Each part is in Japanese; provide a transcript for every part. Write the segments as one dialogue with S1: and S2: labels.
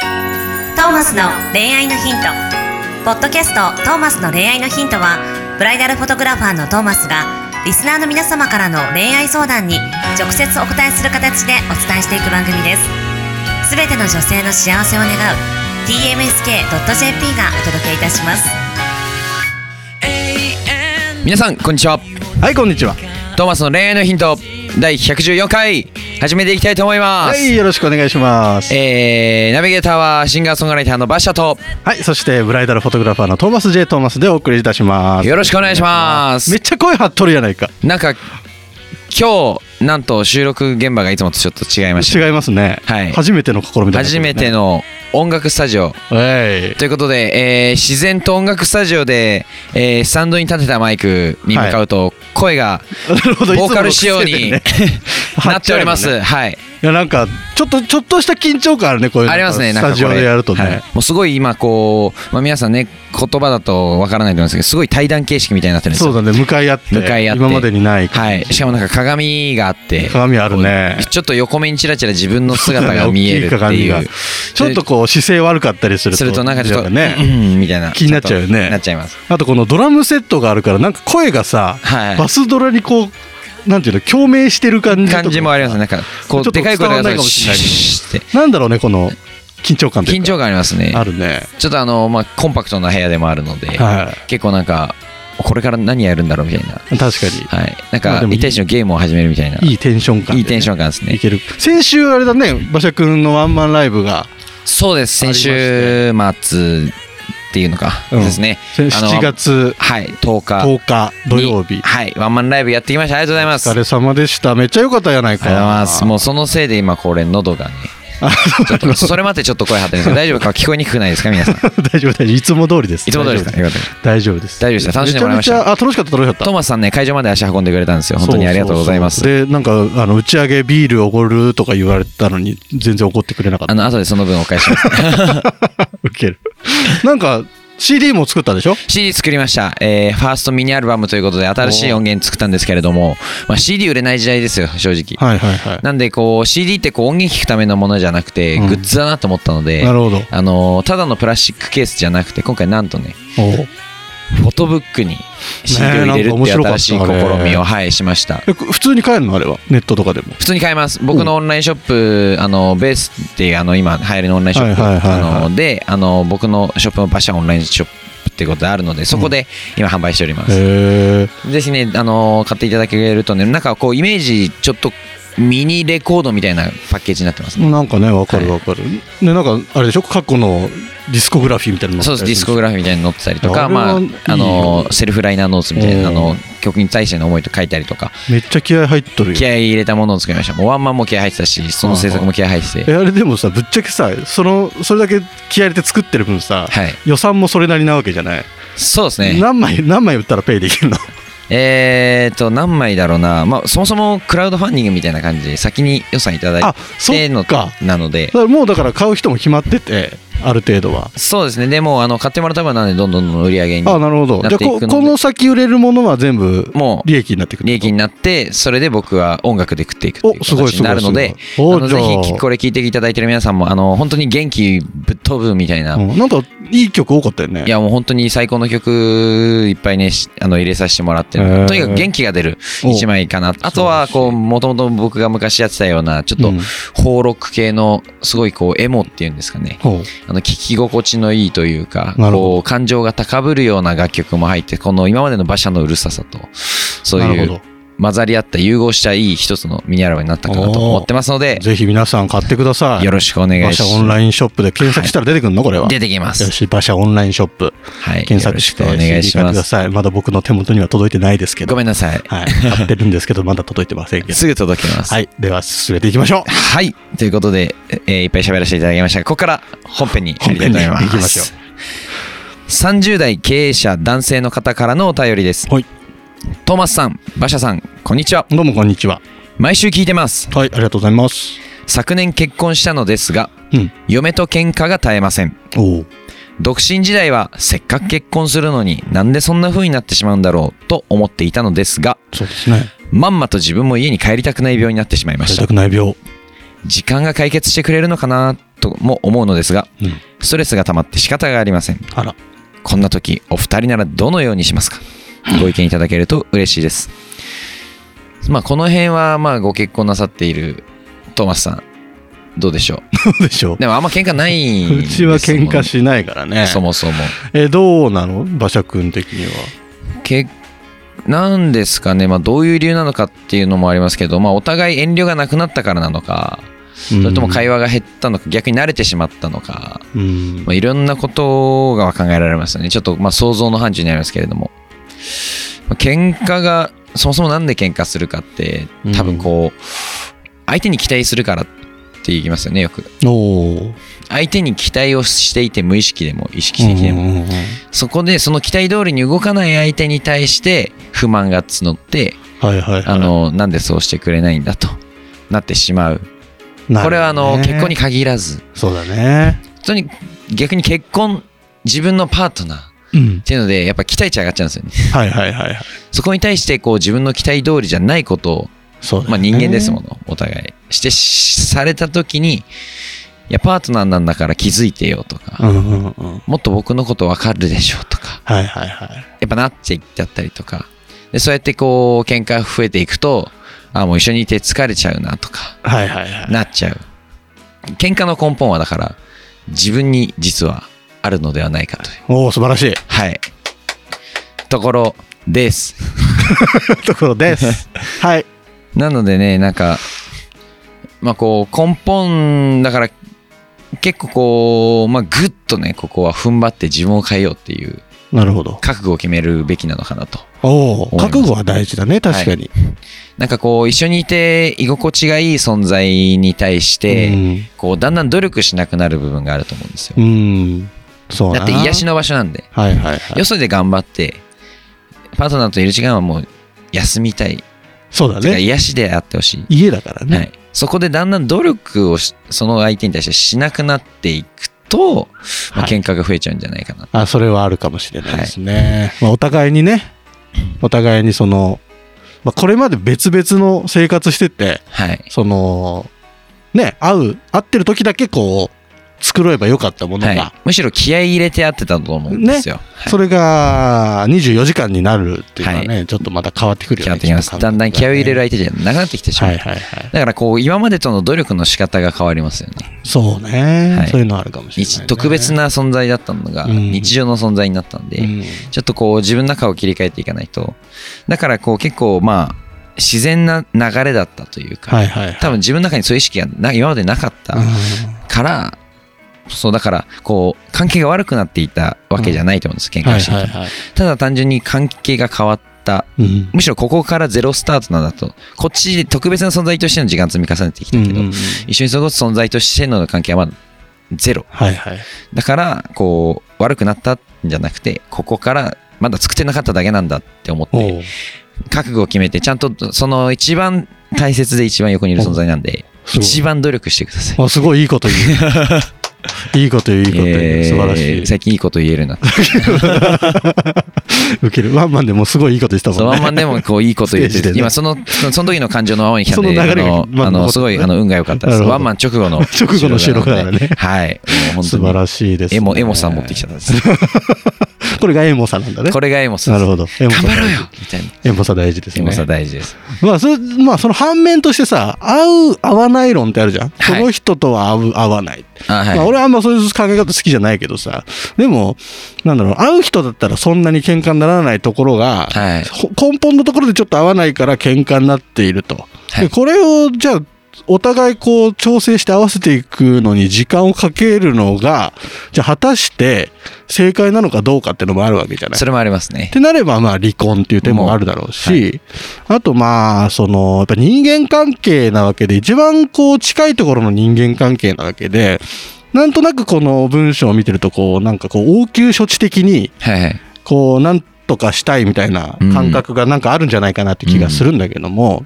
S1: トーマスの恋愛のヒント」ポッドキャスト「トーマスの恋愛のヒントは」ブライダルフォトグラファーのトーマスがリスナーの皆様からの恋愛相談に直接お答えする形でお伝えしていく番組ですすべての女性の幸せを願う tmsk.jp がお届けいたします
S2: 皆さんこんにちは
S3: はいこんにちは
S2: トーマスの恋愛のヒント第114回始めていきたいと思いま
S3: は
S2: す、
S3: いよろしくお願いします
S2: えー、ナビゲーターはシンガーソングライターのバッシャと
S3: はいそしてブライダルフォトグラファーのトーマス J トーマスでお送りいたします
S2: よろしくお願いします
S3: めっちゃ声張っとるやないか
S2: なんか今日なんと収録現場がいつもとちょっと違いました
S3: 違いますね、
S2: はい
S3: 初めての試みだ、ね、
S2: 初めての音楽スタジオ
S3: はい
S2: ということで、えー自然と音楽スタジオで、えースタンドに立てたマイクに向かうと声が
S3: なるほど
S2: ボーカル仕様 に、
S3: いつもの癖でね
S2: なっておりま
S3: 張
S2: す。
S3: っちゃうよね
S2: はい、
S3: いやなんかちょっとちょっとした緊張感あるねこういうの
S2: ありますね。
S3: ス
S2: なんか
S3: タジオ
S2: これ
S3: でやるとね、
S2: はいもうすごい今こう、まあ、皆さんね言葉だとわからないと思うんですけど、すごい対談形式みたいになってるんです
S3: そう
S2: よ。
S3: だね向かい合って
S2: 向かい合って
S3: 今までにない、
S2: はい。しかもなんか鏡があって、
S3: 鏡あるね
S2: ちょっと横目にちらちら自分の姿 が見えるって
S3: 大きい
S2: い
S3: 鏡
S2: う
S3: が。ちょっとこう姿勢悪かったりすると
S2: するとなんかちょっと、
S3: ね、
S2: うんみたいな
S3: 気になっちゃうよね
S2: ょっとなっちゃいます。
S3: あとこのドラムセットがあるからなんか声がさ、
S2: はい
S3: バスドラにこうなんていうの共鳴してる感じとか
S2: 感じもありますね。なんかこ
S3: ちょっと
S2: うでかい声
S3: 伝わんない
S2: が
S3: かもし
S2: シュ
S3: れ
S2: ッ
S3: ない
S2: シュッって
S3: なんだろうねこの緊張感とい
S2: 緊
S3: うか
S2: 張感ありますね。
S3: あるね
S2: ちょっとあのまあコンパクトな部屋でもあるので、
S3: は
S2: 結構なんかこれから何やるんだろうみたいな。
S3: い確か
S2: はい。なん
S3: まあ
S2: か
S3: でもいい
S2: 一対一のゲームを始めるみたいな。
S3: にいいテンション感、
S2: いいテンション感ですね
S3: いける先週あれだね馬車くんのワンマンライブが
S2: そうです。先週末っていうのか、
S3: うん
S2: ですね。あの
S3: 7月
S2: はい、10日に。
S3: 10日土曜日
S2: はい、ワンマンライブやってきました。ありがとうございます。
S3: お疲れ様でしためっちゃ良かったやないか
S2: ありがとうございます。もうそのせいで今これ喉 がね。ちょっとそれまでちょっと声張ってるんですけど大丈夫か聞こえにくくないですか皆さん。 い
S3: 大丈夫大丈夫いつも通りです
S2: つも通りですか。よかったです
S3: 大丈夫です
S2: 大丈夫でした楽しんでもらいました
S3: めちゃめちゃあ楽しかった楽しかった
S2: トーマスさんね会場まで足運んでくれたんですよ。本当にありがとうございます。
S3: そうそうそうでなんかあの打ち上げビールおごるとか言われたのに全然怒ってくれなか
S2: あ
S3: った
S2: の後でその分お返しします。
S3: ウケるなんか CD も作ったでしょ
S2: CD 作りました、えーファーストミニアルバムということで新しい音源作ったんですけれども、まあ、CD 売れない時代ですよ正直、
S3: はいはいは
S2: なんでこう CD ってこう音源聞くためのものじゃなくて、
S3: うん
S2: グッズだなと思ったので
S3: いなるほど
S2: あのーただのプラスチックケースじゃなくて今回なんとね
S3: おう
S2: フォトブックに CD を入れる
S3: ねえなん
S2: っ
S3: か面
S2: ていう
S3: 白か
S2: 新
S3: った
S2: しい試みを、はい、しました
S3: え普通に買えるのあれはネットとかでも
S2: 普通に買います僕のオンラインショップあのベースっていうあの今流行りのオンラインショップ、
S3: はいはいはいはい
S2: あのであの僕のショップの場所はオンラインショップっていうことであるのでそこで今販売しております、
S3: へえ
S2: ぜひね、あのー買っていただけるとね、なんかこう、イメージ、ちょっとミニレコードみたいなパッケージになってますね。
S3: なんかねわかるわかる、ねなんかあれでしょ過去のディスコグラフィーみたいなの
S2: そうです、ディスコグ
S3: ラ
S2: ラフィーみたいに載ってたりと
S3: あ
S2: か、
S3: れは
S2: まあ、
S3: いいよ
S2: あのーセルフライナーノーツみたいな、あ
S3: うん
S2: の曲に対しての思いと書いたりとか、
S3: フィーめっちゃ気合入っとるよ
S2: 気合い入れたものを作りました。もうワンマンも気合入ってたし、その制作も気合入ってて、
S3: えあれでもさぶっちゃけさそのそれだけ気合入れて作ってる分さ、
S2: はい。
S3: 予算もそれなりなわけじゃない、
S2: そうですね。
S3: 何枚何枚売ったらペイできるの
S2: えーと、何枚だろうな、まあ、そもそもクラウドファンディングみたいな感じで、先に予算いただい
S3: あそ
S2: ての
S3: っか
S2: なので
S3: だ、からもうだから買う人も決まっててある程度は
S2: そうですね、でも、あの買ってもらった分はなんで、どんどんどんどん売り上げに
S3: あなるほど
S2: な
S3: じ
S2: っ
S3: ゃあ
S2: ていくの
S3: こ
S2: で
S3: この先売れるものは全部
S2: もう
S3: 利益になってくる
S2: 利益になってそれで僕は音楽で食っていくっていう
S3: おすごい
S2: 形になるのですあ
S3: ごいすごい
S2: の
S3: おじ
S2: ぜ
S3: ゃあ
S2: ひこれ聞いていただいてる皆さんもあの本当に元気ぶっ飛ぶみたいな、い
S3: うんなんかいい曲多かったよね
S2: やもう本当に最高の曲いっぱいねしあの入れさせてもらってる
S3: へー
S2: とにかく元気が出る
S3: お
S2: 一枚かなあとはこうもともと僕が昔やってたようなちょっ
S3: う
S2: と
S3: ん
S2: 邦ロック系のすごいこうエモっていうんですかね
S3: ほう
S2: あの聞き心地のいいというか
S3: なるほど
S2: こう感情が高ぶるような楽曲も入ってこの今までの馬車のうるささとそう
S3: ないる
S2: う
S3: ほ
S2: 混ざり合った融合したいい一つのミニアルバムになったかなと思ってますので
S3: ど、ぜひ皆さん買ってください
S2: よろしくお願い
S3: 馬
S2: し
S3: 車
S2: ま
S3: オン
S2: す。
S3: ラインショップで検索したら出てくるのこれは
S2: 出てきま
S3: よ
S2: す。
S3: し馬車オンラインショップ
S2: はい。
S3: 検索して
S2: よろくお願い
S3: CD
S2: し
S3: 買っ
S2: ま
S3: てくだ
S2: す。
S3: さいまだ僕の手元には届いてないですけ
S2: ご
S3: ど
S2: めんなさい。
S3: はい買ってるんですけどまだ届いてませ んけど
S2: すぐ届けます。
S3: は
S2: はい。
S3: いでは進めていきましょう
S2: ということで、えーいっぱい喋らせていただきましたが、ここから本編に入りたいと思います。
S3: 本編に行きましょ
S2: 30代経営者男性の方からのお便りです。
S3: はい
S2: トーマスさん、馬車さん、こんにちは。
S3: どうもこんにちは
S2: 毎週聞いてます。
S3: はいありがとうございます
S2: 昨年結婚したのですが、
S3: うん
S2: 嫁と喧嘩が絶えません。
S3: おう
S2: 独身時代はせっかく結婚するのになんでそんな風になってしまうんだろうと思っていたのですが
S3: そうですね
S2: まんまと自分も家に帰りたくない病になってしまいま
S3: やり
S2: したた
S3: くない病
S2: 時間が解決してくれるのかなとも思うのですが、
S3: うん
S2: ストレスが溜まって仕方がありません
S3: あら。
S2: こんな時お二人ならどのようにしますかご意見いただけると嬉しいですまあこの辺はまあご結婚なさっているトーマスさんどうでしょ
S3: どうでしょ
S2: うでもあんま喧嘩ないん
S3: う。う
S2: です
S3: ち
S2: もん
S3: は喧嘩しないからね。
S2: そもそも
S3: え、どうなの馬車君的には。
S2: けなんですかねまあどういう理由なのかっていうのもありますけどまあお互い遠慮がなくなったからなのかそれとも会
S3: 話。
S2: 話が減ったのか逆に慣れてしまったのか
S3: うん
S2: まあ、いろんなことが考えられますよね。ちょっとまあ想像の範疇になりますけれども。まあ喧嘩が、そもそもなんで喧嘩するかって、多分こう、相手に期待するからって言いますよね、よく。
S3: おー
S2: 相手に期待をしていて無意識でも意識的で
S3: うん
S2: も。
S3: うんうん
S2: そこでその期待通りに動かない相手に対して不満が募って、
S3: はいはいはい。
S2: あの、なんでそうしてくれないんだとなってしまう。
S3: なるほどね、
S2: これはあの、結婚に限らず、
S3: そうだね。
S2: 本当に逆に結婚、自分のパートナー、
S3: うん
S2: っ。ていうので、やっぱ期待値上がっちゃうんですよね。
S3: はいはいはいはい。
S2: そこに対して、こう、自分の期待通りじゃないことを、
S3: そうだね。
S2: まあ人間ですも
S3: ん。
S2: の、お互い。して、しされた時に、いや、パートナーなんだから気づいてよと
S3: う
S2: か、
S3: んうんうん。
S2: もっと僕のことわかるでしょとか、
S3: はいはいはい。
S2: やっぱなっていっちゃったりとか、でそうやってこう、喧嘩増えていくと、あ、もう一緒にいて疲れちゃうなとか、
S3: はいはいはい。
S2: なっちゃう。喧嘩の根本はだから、自分に実はあるのではないかという。
S3: おお、素晴らしい
S2: はい。ところです。
S3: ところです。はい。
S2: なのでね、なんか、まあこう、根本だから、結構こう、まあぐっとね、ここは踏ん張って自分を変えようっていう
S3: なるほど。
S2: 覚悟を決めるべきなのかなと。
S3: お
S2: 思い
S3: お、
S2: ます
S3: 覚悟は大事だね、確かに。
S2: なんかこう、一緒にいて居心地がいい存在に対して、
S3: うん
S2: こう、だんだん努力しなくなる部分があると思うんですよ
S3: う。ん。そうな
S2: だって癒し
S3: の。
S2: の場所なんで、
S3: はいはいはい
S2: よ。そで頑張って、パートナーといる時間はもう休みたい。
S3: そうだ
S2: てか
S3: ね。
S2: 癒しであってほしい。
S3: 家だから
S2: は
S3: ね。
S2: い、そこでだんだん努力をしその相手に対してしなくなっていくと、まあ、
S3: はい
S2: 喧嘩が増えちゃうんじゃないかな、
S3: あ、それはあるかもしれないですね。まあ、お互いにね、お互いにその、まあ、これまで別々の生活してて、
S2: はい
S3: その、ね、会う、会ってる時だけこう、繕えばよかったもの
S2: は
S3: が
S2: い、、むしろ気合い入れてやってたと思うんですよ、はい
S3: それが24時間になるっていうのはね、ちょっとまた変わってくる
S2: 気
S3: よ
S2: 合
S3: ね。
S2: い入れます
S3: きっと
S2: だんだん気合いを入れる
S3: は
S2: 相手じゃなくなってきてしまう、
S3: いはいはい。
S2: だからこう今までとの努力の仕方が変わりますよね
S3: そうね、
S2: はい
S3: そういうのあるかもしれない、
S2: 一
S3: ね。
S2: 特別な存在だったのが
S3: うん
S2: 日常の存在になったんで、
S3: うん
S2: ちょっとこう自分の中を切り替えていかないとだからこう結構まあ自然な流れだったというか、
S3: はいはいはい。
S2: 多分自分の中にそういう意識がな今までなかった、から、そうだから、こう、関係が悪くなっていたわけじゃないと思うんです、
S3: うん
S2: 喧
S3: は
S2: 嘩
S3: い
S2: していた、
S3: はいはい。
S2: ただ単純に関係が変わった、
S3: うん
S2: むしろここからゼロスタートなんだと、こっちで特別な存在としての時間積み重ねてきたけど、
S3: うんうんうん
S2: 一緒に過ごす存在としての関係はまだゼロ。
S3: はいはい。
S2: だから、こう、悪くなったんじゃなくて、ここから、まだ作ってなかっただけなんだって思っ
S3: お
S2: て、
S3: う
S2: 覚悟を決めて、ちゃんとその一番大切で一番横にいる存在なんで、
S3: すごい
S2: 一番努力してください。
S3: あすごいいいこと 言う。いいこと言う、いいこと言う。
S2: えー
S3: 素晴らしい。
S2: 最近いいこと言えるようになって
S3: 受ける。ワンマンでもすごいいいこと言ってた
S2: そ
S3: も
S2: の
S3: ん
S2: ま
S3: ね。
S2: んまでもこういいこと言っ
S3: ステージで
S2: て、
S3: ね
S2: 今その、そのその時の感情のままに来たんで、
S3: その流れが
S2: あの、
S3: ま
S2: あ
S3: 残ってる
S2: のすごい、あの、運が良かったで
S3: な
S2: す。
S3: るほど
S2: ワンマン直後の。
S3: 直後の収録だからね
S2: 収録なのではい。もう
S3: 素晴
S2: 本
S3: らしいで
S2: 当
S3: す、
S2: に。
S3: ね。
S2: エモ、エモさん持ってきちゃったんです。
S3: これがエモさなんだね。
S2: これがエモさ
S3: な
S2: です。
S3: るほど。エモ
S2: 頑
S3: さ
S2: 張ろうよみたいな。
S3: エモさ大事です
S2: エ
S3: ね。
S2: モさ大事です。
S3: まあ、それ、まあ、その反面としてさ、合う、合わない論ってあるじゃん。
S2: はい
S3: その人とは合う、合わない。
S2: あ、
S3: まあ、
S2: はい。
S3: 俺はあんまそういう考え方好きじゃないけどさ。でも、なんだろう、会う人だったらそんなに喧嘩にならないところが、
S2: はい。
S3: ほ根本のところでちょっと合わないから喧嘩になっていると。
S2: はい
S3: でこれを、じゃあ、お互いこう調整して合わせていくのに時間をかけるのが、じゃあ果たして正解なのかどうかっていうのもあるわけじゃない
S2: そ。れもあります
S3: っ
S2: ね。
S3: てなれば、まあ、離婚っていう手もあるだろうし、
S2: もう
S3: あと、まあ、その、やっぱ人間関係なわけで、一番こう、近いところの人間関係なわけで、なんとなくこの文章を見てると、こう、なんかこう、応急処置的に、
S2: はいはい。
S3: こう、なんとかしたいみたいな感覚がなんかあるんじゃないかなって気がするんだけども、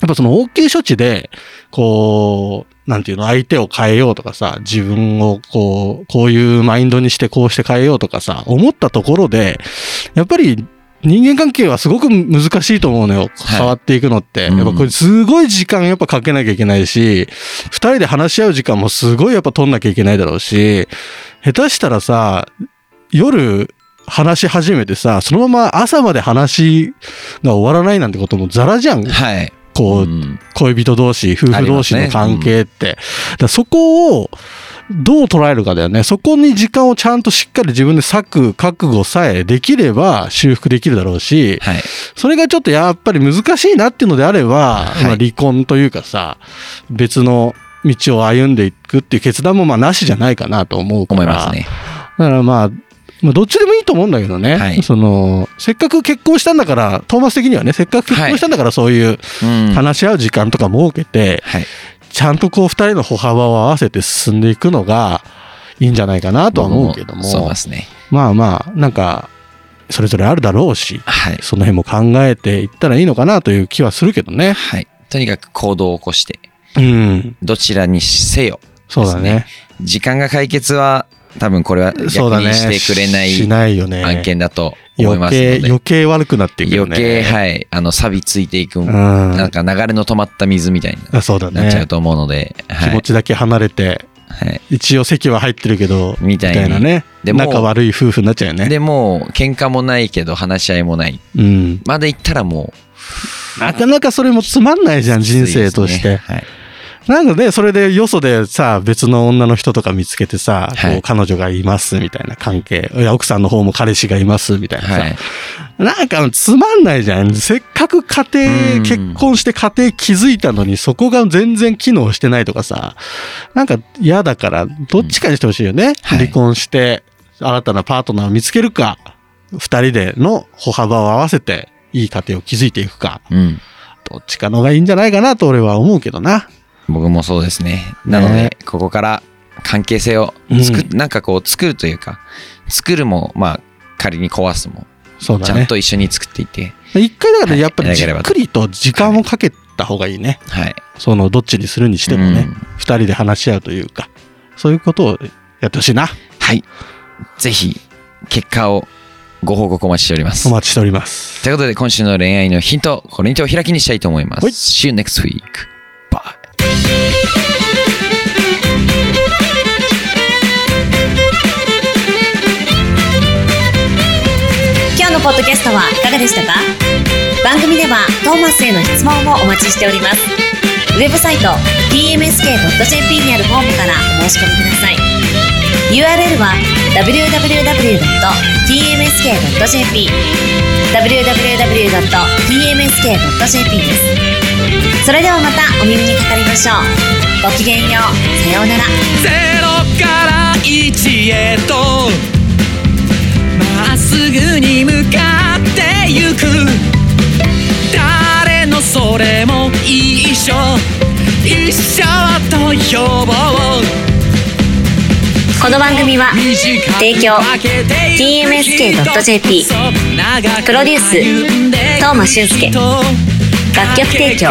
S3: やっぱその応急処置で、こう、なんていうの、相手を変えようとかさ、自分をこう、こういうマインドにしてこうして変えようとかさ、思ったところで、やっぱり人間関係はすごく難しいと思うのよ。
S2: はい
S3: 変わっていくのって。
S2: うん
S3: やっぱこれすごい時間やっぱかけなきゃいけないし、二人で話し合う時間もすごいやっぱ取んなきゃいけないだろうし、下手したらさ、夜話し始めてさ、そのまま朝まで話が終わらないなんてこともザラじゃん。
S2: はい。
S3: こう、
S2: うん
S3: 恋人同士、夫婦同士
S2: あり
S3: の
S2: ますね
S3: 関係って。だからそこをどう捉えるかだよね。そこに時間をちゃんとしっかり自分で割く覚悟さえできれば修復できるだろうし、
S2: はい。
S3: それがちょっとやっぱり難しいなっていうのであれば、
S2: はい
S3: まあ離婚というかさ、別の道を歩んでいくっていう決断もまあなしじゃないかなと思うか
S2: 思
S3: ら。
S2: いますね。
S3: だからまあ、まあ、どっちでもいいと思うんだけどね、
S2: はい
S3: そのせっかく結婚したんだからトーマス的にはねせっかく結婚したんだからそういう
S2: うんはい。
S3: 話し合う時間とか設けて、ちゃんとこう2人の歩幅を合わせて進んでいくのがいいんじゃないかなとは思うけども
S2: そうですね。
S3: まあまあなんかそれぞれあるだろうし
S2: はい。
S3: その辺も考えていったらいいのかなという気はするけどね。
S2: はい。とにかく行動を起こして、
S3: うん、
S2: どちらにせよ、
S3: そうだね。
S2: 時間が解決は、多分これは逆に
S3: そうだね。
S2: してくれな
S3: し
S2: い
S3: ないよね。
S2: 案件だと思い
S3: 余
S2: ますの
S3: 計
S2: で、
S3: 余計悪くなっていくよ
S2: 余計、
S3: ね。
S2: はい、あの、錆びついていく、
S3: う。
S2: なんんか流れの止まった水みたいに
S3: あそうだ
S2: なっちゃう
S3: ね。
S2: と思うので、は
S3: 気持
S2: い。
S3: ちだけ離れて、
S2: はい
S3: 一応席は入ってるけど、み
S2: みた
S3: た
S2: い
S3: いな
S2: なね。
S3: ね。
S2: でも
S3: 仲悪い夫婦になっちゃうよね。
S2: でも、喧嘩もないけど、話し合いもない。
S3: うん。
S2: まで行ったらも
S3: なかなかそれもつまんないじゃん、
S2: う、
S3: 人生とし
S2: きついですね
S3: て。
S2: はい。
S3: なんかね、それでよそでさ、別の女の人とか見つけてさ、
S2: はい
S3: こう彼女がいますみたいな関係。いや、奥さんの方も彼氏がいますみたいなさ。
S2: はい。
S3: なんかつまんないじゃん。せっかく家
S2: う
S3: 庭、
S2: ん
S3: 結婚して家庭築いたのに、そこが全然機能してないとかさ、なんか嫌だから、どっちかにしてほしいよね。
S2: はい
S3: 離婚して、新たなパートナーを見つけるか、二人での歩幅を合わせて、いい家庭を築いていくか、
S2: うん。
S3: どっちかのがいいんじゃないかなと俺は思うけどな。
S2: 僕もそうですね。なの
S3: ね
S2: で、ここから関係性を作っ、なんかこう作るというか、作るも、まあ、仮に壊すも、
S3: そう
S2: ち
S3: だ
S2: ゃん
S3: ね。
S2: と一緒に作っていって、
S3: 一回だからやっぱ
S2: は
S3: り
S2: い
S3: じっくりと時間をかけた方がいいね。
S2: はい。
S3: そのどっちにするにしても
S2: う
S3: ね
S2: ん、
S3: 二、人で話し合うというか、そういうことをやってほしいな。
S2: はい。ぜひ、結果をご報告お待ちしております
S3: お。待ちしております。
S2: ということで、今週の恋愛のヒント、これにてお開きにしたいと思います。
S3: はい
S2: See you next week. Bye.
S1: 「今日のポッドキャストはいかがでしたか番組ではトーマスへの質問もお待ちしておりますウェブサイト tmsk.jp にあるフォームからお申し込みください URL は www.tmsk.jp www.tmsk.jp ですそれではまたお耳にかかりましょうごきげんようさようなら
S4: ゼロから一へとまっすぐに向かってゆく誰のそれも一緒一緒と呼ぼう
S1: この番組は提供 TMSK.jp プロデュース東間俊介楽曲提供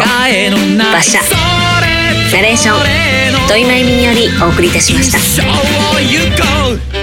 S1: 馬車ナレーション土井真由美によりお送りいたしました
S4: 一生を行こう